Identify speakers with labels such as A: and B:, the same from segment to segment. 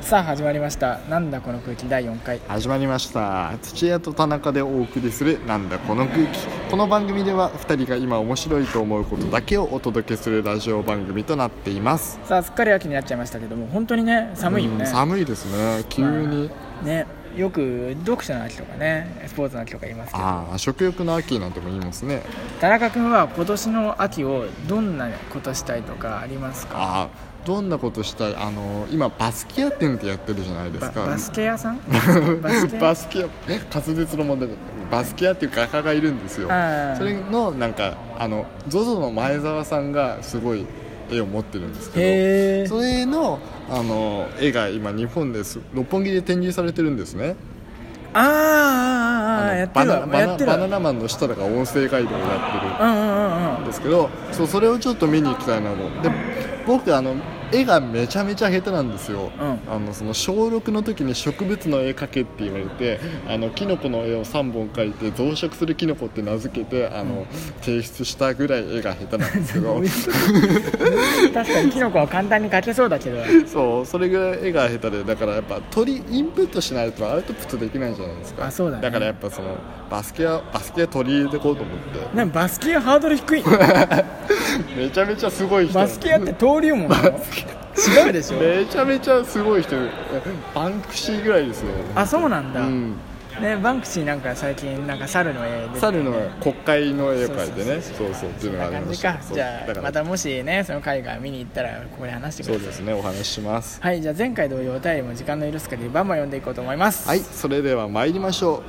A: さあ始まりました「なんだこの空気」第4回
B: 始まりました土屋と田中でお送りする「なんだこの空気」この番組では2人が今面白いと思うことだけをお届けするラジオ番組となっています
A: さあすっかり秋になっちゃいましたけども本当にね寒いよ
B: うん
A: ね
B: 寒いですね急に
A: ねよく読書の秋とかねスポーツの秋とか言いますけど
B: ああ食欲の秋なんても言いますね
A: 田中君は今年の秋をどんなことしたいとかありますか
B: ああどんなことしたいあの今バスケア店ってやってるじゃないです
A: バ
B: か
A: バスケ屋さ んバスケ
B: バスケア滑舌の問題だバスケアっていう画家がいるんですよ
A: ああ
B: それのなんかあの ZOZO の前澤さんがすごい絵を持ってるんですけ
A: へえ
B: どそれのあの絵が今日本です六本木で展示されてるんですね
A: あー
B: あ
A: あーあーあー
B: の
A: やって
B: バ
A: る
B: ナ
A: わ
B: バ
A: や
B: ナ
A: ってる
B: バ
A: わ
B: ナナマンの設楽が音声ガイドをやって
A: う
B: る
A: んうんうんうん
B: ですけどそうそれをちょっと見に行きたいなとで僕あの絵がめちゃめちゃ下手なんですよ、
A: う
B: あのその小6の時に植物の絵描けって言われてあのキノコの絵を3本描いて増殖するキノコって名付けてあの、提出したぐらい絵が下手なんですけ ど
A: 確かにキノコは簡単に描けそう だけど
B: そうそれぐらい絵が下手でだからやっぱ取りインプットしないとアウトプットできないじゃないですか
A: あそうだね
B: からやっぱそのバスケはバスケは取り入れてこうと思って
A: ねバスケ屋ハードル低い
B: めちゃめちゃすごい人
A: バスケ屋って登竜門だよ違うでしょ
B: めちゃめちゃすごい人バンクシーぐらいですよ
A: あそうなん
B: う
A: だ、
B: ん
A: ね、バンクシーなんか最近なんか猿の絵で
B: 猿の国会の絵を描いてねそうそうっていうのがあり
A: 感
B: ま
A: じ
B: した
A: か
B: そう
A: じゃ
B: だ
A: あ
B: から
A: またもしねその絵画見に行ったらここで話してく
B: そ
A: だ
B: う
A: さい
B: ですねお話しします
A: はいじゃあ前回同様お便りも時間の許す限りバンバン読んでいこうと思います
B: はいそれでは参りましょう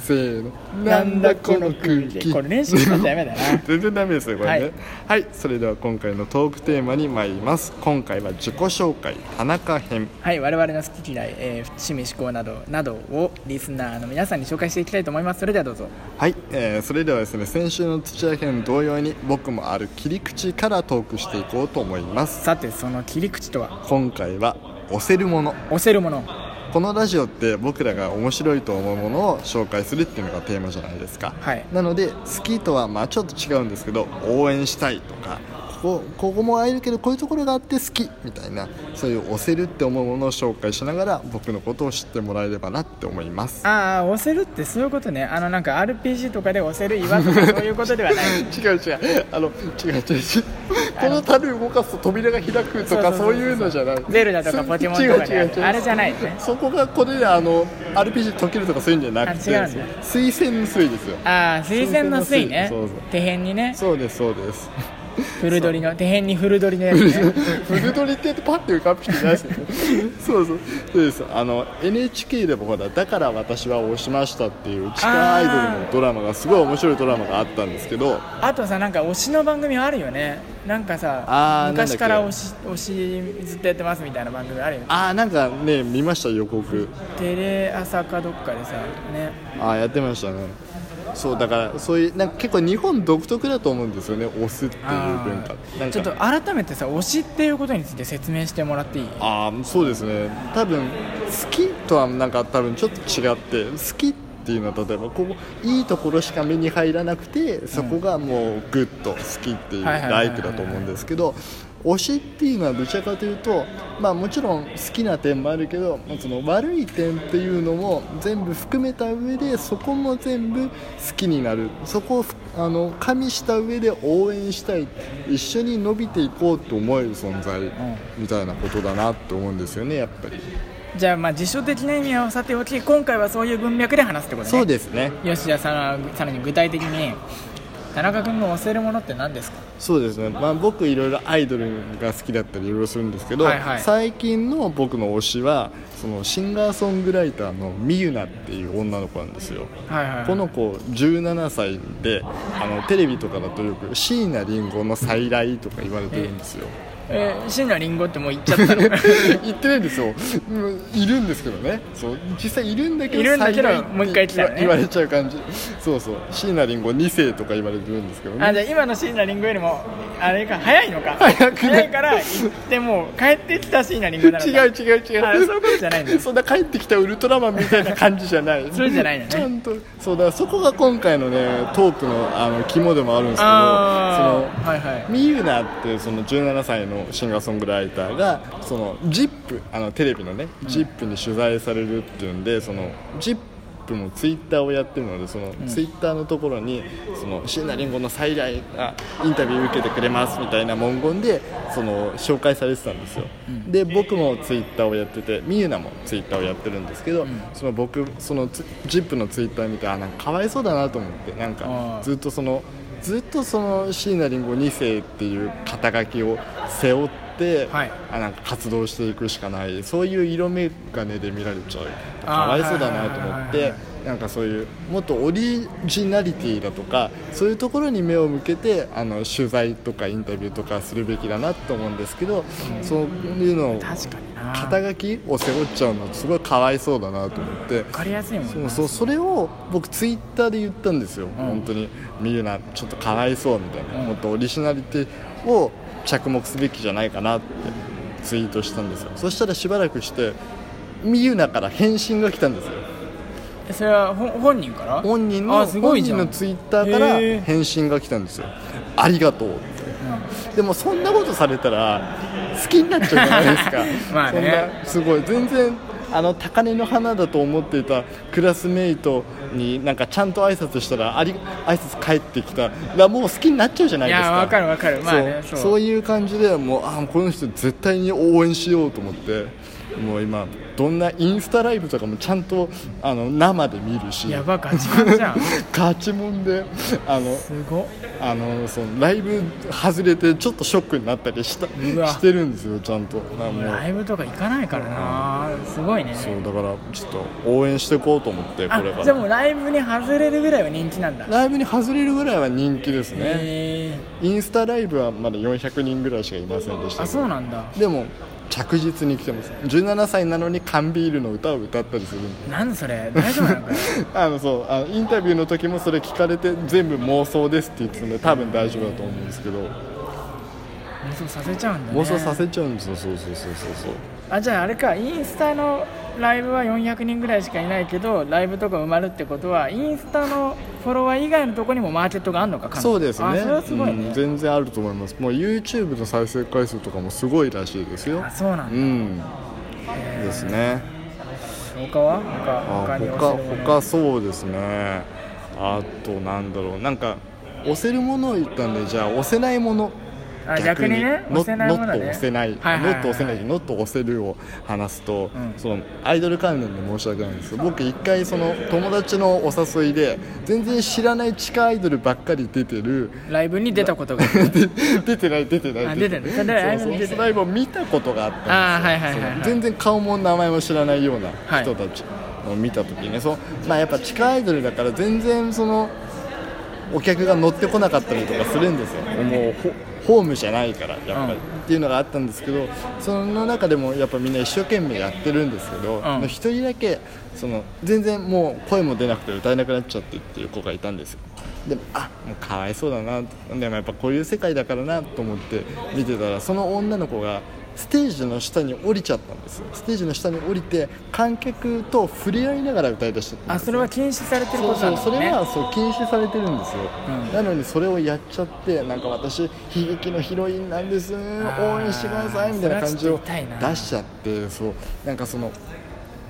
B: せーの
A: なんだこの空気これ練習しなきゃダメだな
B: 全然ダメですねこれ
A: はい
B: ねはい、それでは今回のトークテーマに参ります今回は自己紹介田中編
A: はい我々の好き嫌い、えー趣味思考などなどをリスナーの皆さんに紹介していきたいと思いますそれではどうぞ
B: はい、えーそれではですね先週の土屋編同様に僕もある切り口からトークしていこうと思います
A: さてその切り口とは
B: 今回は押せるもの
A: 押せるもの
B: このラジオって僕らが面白いと思うものを紹介するっていうのがテーマじゃないですか、
A: はい
B: なので好きとはまあちょっと違うんですけど応援したいとかここここも会えるけどこういうところがあって好きみたいなそういう押せるって思うものを紹介しながら僕のことを知ってもらえればなって思います
A: ああ押せるってそういうことねあのなんか RPG とかで押せる岩とかそういうことで はない
B: 違う違うあの違う違う違うこの樽動かすと扉が開く
A: そ
B: とか
A: そ
B: そう
A: うそうそう
B: ういうのじゃない
A: ゼルダとかポケモンとかで
B: 違
A: あ
B: う違う違う
A: るあれじゃないね
B: そこがこれであの RPG 解けるとかそういうんじゃなくて
A: あ違うんだ
B: 推薦の推ですよ
A: ああ水仙の水ね
B: 水仙の水そうそう
A: 手辺にね
B: そうですそうです
A: 古鳥の手辺に古鳥のやつね
B: 古鳥って言ってパッて浮かぶ人いないですよねそうそうそうですあの NHK でもほら「だから私は押しました」っていう地下アイドルのドラマがすごい面白いドラマがあったんですけど
A: あとさなんか推しの番組あるよねなんかさ
B: あー
A: 昔から
B: なんだ
A: 推し推しずっとやってますみたいな番組あるよね
B: ああなんかね見ました予告
A: テレ朝かどっかでさね
B: ああやってましたねそうだからそういうなんか結構日本独特だと思うんですよね押すっていう
A: あ
B: 文化
A: ー
B: なんか
A: ちょっと改めてさ推しっていうことについて説明してもらっていい
B: ああそうですね多分好きとはなんか多分ちょっと違って好きっていうのは例えばこういいところしか目に入らなくてそこがもうグッと好きっていう
A: はいはいは
B: ラ
A: いはい
B: イトだと思うんですけど推しっていうのはどちらかというと、まあ、もちろん好きな点もあるけどその悪い点っていうのも全部含めた上でそこも全部好きになるそこをあの加味した上で応援したい一緒に伸びていこうと思える存在みたいなことだなって思うんですよねやっぱり
A: じゃあまあ辞書的な意味はさておき今回はそういう文脈で話すってことね
B: そうですね
A: す吉田さんはさらに具体的に田中君の推せるものって何ですか
B: そうですね、まあ、僕いろいろアイドルが好きだったりいろいろするんですけど、
A: はいはい
B: 最近の僕の推しはそのシンガーソングライターのみゆなっていう女の子なんですよ
A: はいはい、はい、
B: この子17歳であのテレビとかだとよく椎名林檎の再来とか言われてるんです よ、
A: えー、椎名林檎ってもう言っちゃったの
B: 言ってないんですようんいるんですけどねそう実際いるんだけど
A: いるんだけど
B: 再来って
A: もう一回来たらね
B: 言われちゃう感じそうそう椎名林檎2世とか言われてるんですけどね
A: あじゃあ今の椎名林檎よりもあれか早いのか
B: 早くね
A: 早いから行ってもう帰ってきた椎名林檎なのか
B: 違う違う違う
A: あそういうことじゃないんだ
B: そんな帰ってきたウルトラマンみたいな感じじゃない
A: そういうのじゃないのね
B: ちゃんとそうだからそこが今回のねトークのあの肝でもあるんですけどそ
A: あ
B: の
A: あはいはい
B: ミユナってその17歳ののシンガーソングライターがその ZIP あのテレビのね ZIP に取材されるっていうんでその ZIP もツイッターをやってるのでそのツイッターのところに「その椎名林檎の再来がインタビュー受けてくれます」みたいな文言でその紹介されてたんですよ、で僕もツイッターをやっててみゆなもツイッターをやってるんですけど、その僕そのツ ZIP のツイッター見てあなんかかわいそうだなと思ってなん
A: あ
B: か
A: ー
B: ずっとそのずっとその椎名林檎2世っていう肩書きを背負って、
A: はい
B: あなんか活動していくしかないそういう色眼鏡で見られちゃうか
A: あー
B: わいそうだなと思っ
A: はいはい
B: て
A: はい
B: なんかそういうもっとオリジナリティだとかそういうところに目を向けてあの取材とかインタビューとかするべきだなと思うんですけど、そういうのを
A: 確かにな
B: 肩書きを背負っちゃうのはすごいかわいそうだなと思って。
A: 分かりやすいもんな
B: そうそうそれを僕ツイッターで言ったんですよ、本当に見るなちょっとかわいそうみたいな、
A: うん
B: もっとオリジナリティを着目すべきじゃないかなってツイートしたんですよそしたらしばらくしてみゆなから返信が来たんですよ
A: えそれはほん本人から
B: 本人の
A: あすご
B: 本
A: いじ
B: 人
A: ゃん
B: のツイッターから
A: へえ
B: 返信が来たんですよありがとうって、でもそんなことされたら好きになっちゃうじゃないです か
A: まあね
B: そんなすごい全然あの高嶺の花だと思っていたクラスメイトになんかちゃんと挨拶したらあり挨拶返ってきたらもう好きになっちゃうじゃない
A: い
B: ですか
A: やわかるわかるまあね
B: そ
A: そうう
B: そういう感じでもうあーこの人絶対に応援しようと思ってもう今どんなインスタライブとかもちゃんとあの生で見るし
A: やばガチガチじゃん
B: ガチもんであの
A: すごっ
B: あのそのライブ外れてちょっとショックになったりした
A: うわ
B: してるんですよちゃんとなんかもう
A: ライブとか行かないからなすごいね
B: そうだからちょっと応援していこうと思ってこ
A: あ
B: れか
A: じゃあも
B: ら
A: うライブに外れるぐらいは人気なんだ
B: ライブに外れるぐらいは人気ですね
A: へえ
B: インスタライブはまだ400人ぐらいしかいませんでした
A: あ
B: けど
A: そうなんだ
B: でも着実に来てます17歳なのに缶ビールの歌を歌ったりするんで
A: なんだそれ大丈夫なのかな
B: あのそうあのインタビューの時もそれ聞かれて全部妄想ですって言ってたので多分大丈夫だと思うんですけど
A: 妄想させちゃうんだね
B: 妄想させちゃうんですよそうそうそうそうそう
A: あじゃああれかインスタのライブは400人ぐらいしかいないけどライブとか埋まるってことはインスタのフォロワー以外のとこにもマーケットがあるのかか
B: そうです
A: あ
B: ね
A: それはすごいね、
B: うん、全然あると思いますもう YouTube の再生回数とかもすごいらしいですよ
A: あそうなんだ
B: うんですね
A: 他は他
B: あ
A: 他に
B: 他
A: 教えてもらえる
B: 他そうですねあとなんだろうなんか押せるものを言ったんでじゃあ押せないもの
A: あ逆にね
B: ノ
A: 押せないもの
B: ノッ
A: ね
B: ト押せない、
A: はいはいはい
B: ノット押せないノット押せるを話すと、
A: ん
B: そのアイドル関連で申し訳ないんですけど僕一回その友達のお誘いで全然知らない地下アイドルばっかり出てる
A: ライブに出たことが
B: 出てない出てない
A: あ出てないそれライブ
B: そう
A: に
B: そ
A: 出てない
B: うそのライブを見たことがあったんですよ
A: あーはいはいはいはい
B: そう全然顔も名前も知らないような
A: はい
B: 人たちを見た時ね、そうまあやっぱ地下アイドルだから全然そのお客が乗ってこなかったりとかするんですよもうホホームじゃないからやっぱり、
A: うん
B: っていうのがあったんですけどその中でもやっぱみんな一生懸命やってるんですけど
A: うん
B: 一、人だけその全然もう声も出なくて歌えなくなっちゃってっていう子がいたんですよでもあもうかわいそうだなでもやっぱこういう世界だからなと思って見てたらその女の子がステージの下に降りちゃったんですよステージの下に降りて観客と触れ合いながら歌いだしちゃったん
A: あ
B: です
A: そ
B: よ
A: れは禁止されてる
B: そ
A: こ
B: う
A: とな
B: そ
A: ん
B: う
A: だ、ね、
B: それはそう禁止されてるんですよ、
A: うん
B: なのにそれをやっちゃってなんか私悲劇のヒロインなんです応
A: ー
B: 援してくださいみたいな感じを
A: それはちょっと痛いな
B: 出しちゃってそうなんかその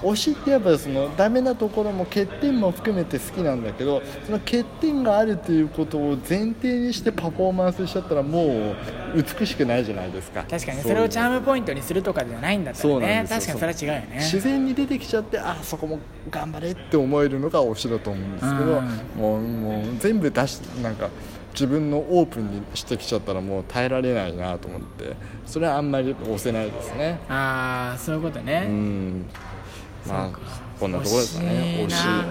B: 推しってやっぱそのダメなところも欠点も含めて好きなんだけどその欠点があるということを前提にしてパフォーマンスしちゃったらもう美しくないじゃないですか
A: 確かに
B: ういう
A: それをチャームポイントにするとかじゃないんだった
B: そ
A: ら
B: うなん
A: ね
B: です
A: 確
B: よ
A: かにそれは違うよね
B: 自然に出てきちゃってあそこも頑張れって思えるのが推しだと思うんですけど、
A: うん
B: もうもう全部出しなんか自分のオープンにしてきちゃったらもう耐えられないなと思ってそれはあんまり押せないですね
A: ああそういうことね、
B: うんまあこんなところですか
A: 惜
B: ね推
A: し
B: し
A: いな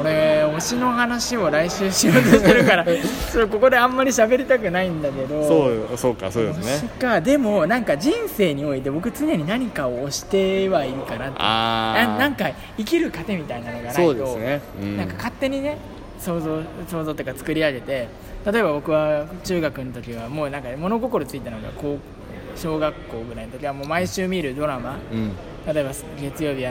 A: 俺推しの話を来週しようとしてるから それここであんまり喋りたくないんだけど
B: そうそうかそうです
A: 推し
B: ね
A: かでもなんか人生において僕常に何かを推してはいるかなって
B: ああ
A: ななんか生きる糧みたいなのがないと
B: そうですね、うん、
A: なんか勝手にね想像想像とか作り上げて例えば僕は中学の時はもうなんか物心ついたのが高小学校ぐらいの時はもう毎週見るドラマ
B: うん
A: 例えば月曜日は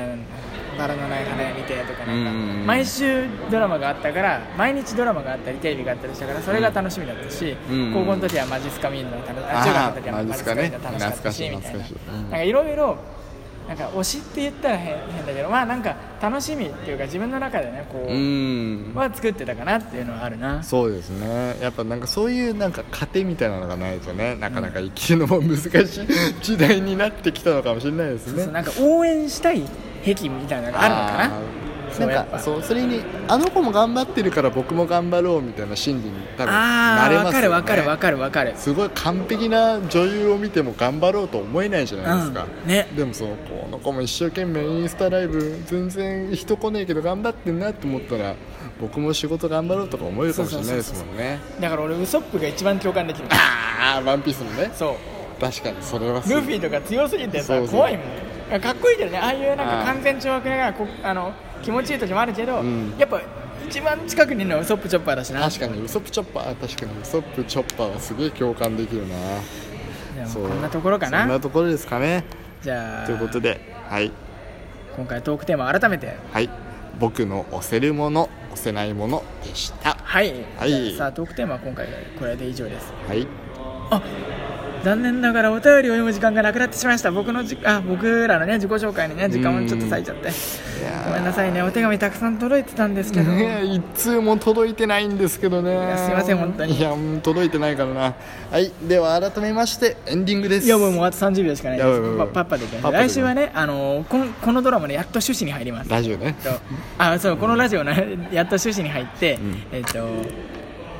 A: 柄のない花屋見てとか
B: うんう
A: なんん
B: うん
A: か毎週ドラマがあったから毎日ドラマがあったりテレビがあったりしたからそれが楽しみだったし、
B: うんうん
A: 高校の時はマジスカ見るのが楽し
B: あー
A: 中学の時はマジスカ見るのが
B: マ
A: 楽
B: ジスカね
A: しかったしみ
B: 懐
A: たい
B: かしい
A: な
B: 懐かしいうん
A: なんかいろいろなんか推しって言ったら変変だけどまあなんか楽しみっていうか自分の中でねこ
B: う
A: う、
B: ん
A: は作ってたかなっていうのはあるな
B: そうですねやっぱなんかそういうなんか糧みたいなのがないとねなかなか生きるのも難しい時代になってきたのかもしれないです
A: そう
B: ね
A: そうなんか応援したい癖みたいなのがあるのかな
B: あー
A: そうや
B: な
A: っ
B: ん
A: ぱ
B: かそうそれにあの子も頑張ってるから僕も頑張ろうみたいな心理に多分
A: あ
B: な
A: あ
B: れ
A: ーわ、
B: ます
A: か
B: よね
A: るわかるわかるわかる
B: すごい完璧な女優を見ても頑張ろうと思えないじゃないですか、
A: うんね
B: でもそのこの子も一生懸命インスタライブ全然人来ねえけど頑張ってんなと思ったら僕も仕事頑張ろうとか思えるかもしれないですもんね
A: だから俺ウソップが一番共感できる
B: ああワンピースもね
A: そう
B: 確かにそれはす
A: ル
B: ごい
A: フィとか強すぎてさ
B: そうそう
A: 怖いもんかっこいいけどねああいうなんか
B: あー
A: 完全懲悪ながらこあの気持ちいい時もあるけど、
B: ん
A: やっぱ一番近くにいるのはウソップチョッパーだしな
B: 確かにウソップチョッパー確かにウソップチョッパーはすげえ共感できるな
A: でも
B: そ
A: こ
B: うん
A: なところか
B: そん
A: な
B: なところですかね
A: じゃあ
B: ということではい
A: 今回トークテーマ改めて
B: はい僕の押せるもの押せないものでした
A: はい、
B: はい
A: さあトークテーマは今回これで以上です
B: はい
A: 残念ながらお便りを読む時間がなくなってしまいました僕のじあ僕らのね自己紹介にね時間をちょっと割いちゃって
B: いや
A: ごめんなさいねお手紙たくさん届いてたんですけ ど、
B: ねえ一通も届いてないんですけどね
A: やすいません本当に
B: いやもう届いてないからなはいでは改めましてエンディングです
A: いやもうもうあと30秒しかないで
B: やばいやばいや
A: す
B: ばい
A: パパッパでいきます
B: パッパでい
A: 来
B: きます
A: 週はねあのーこんこのドラマでやっと趣旨に入ります
B: ラジオね
A: えっとあそうこのラジオの やっと趣旨に入って、えっと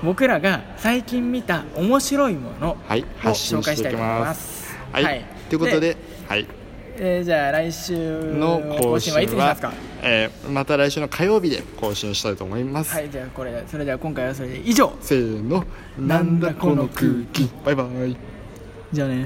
A: 僕らが最近見た面白いものを
B: はい発
A: 紹
B: 信
A: 介
B: し
A: してた
B: い
A: い
B: き
A: と思いま
B: ますすはい、ということではい
A: えーじゃあ来週
B: の更新は
A: はいつにしますか
B: えーまた来週の火曜日で更新したいと思います、
A: はいじゃあこれそれでは今回はそれで以上
B: せーの
A: なんだこの空気
B: バイバイ
A: じゃあね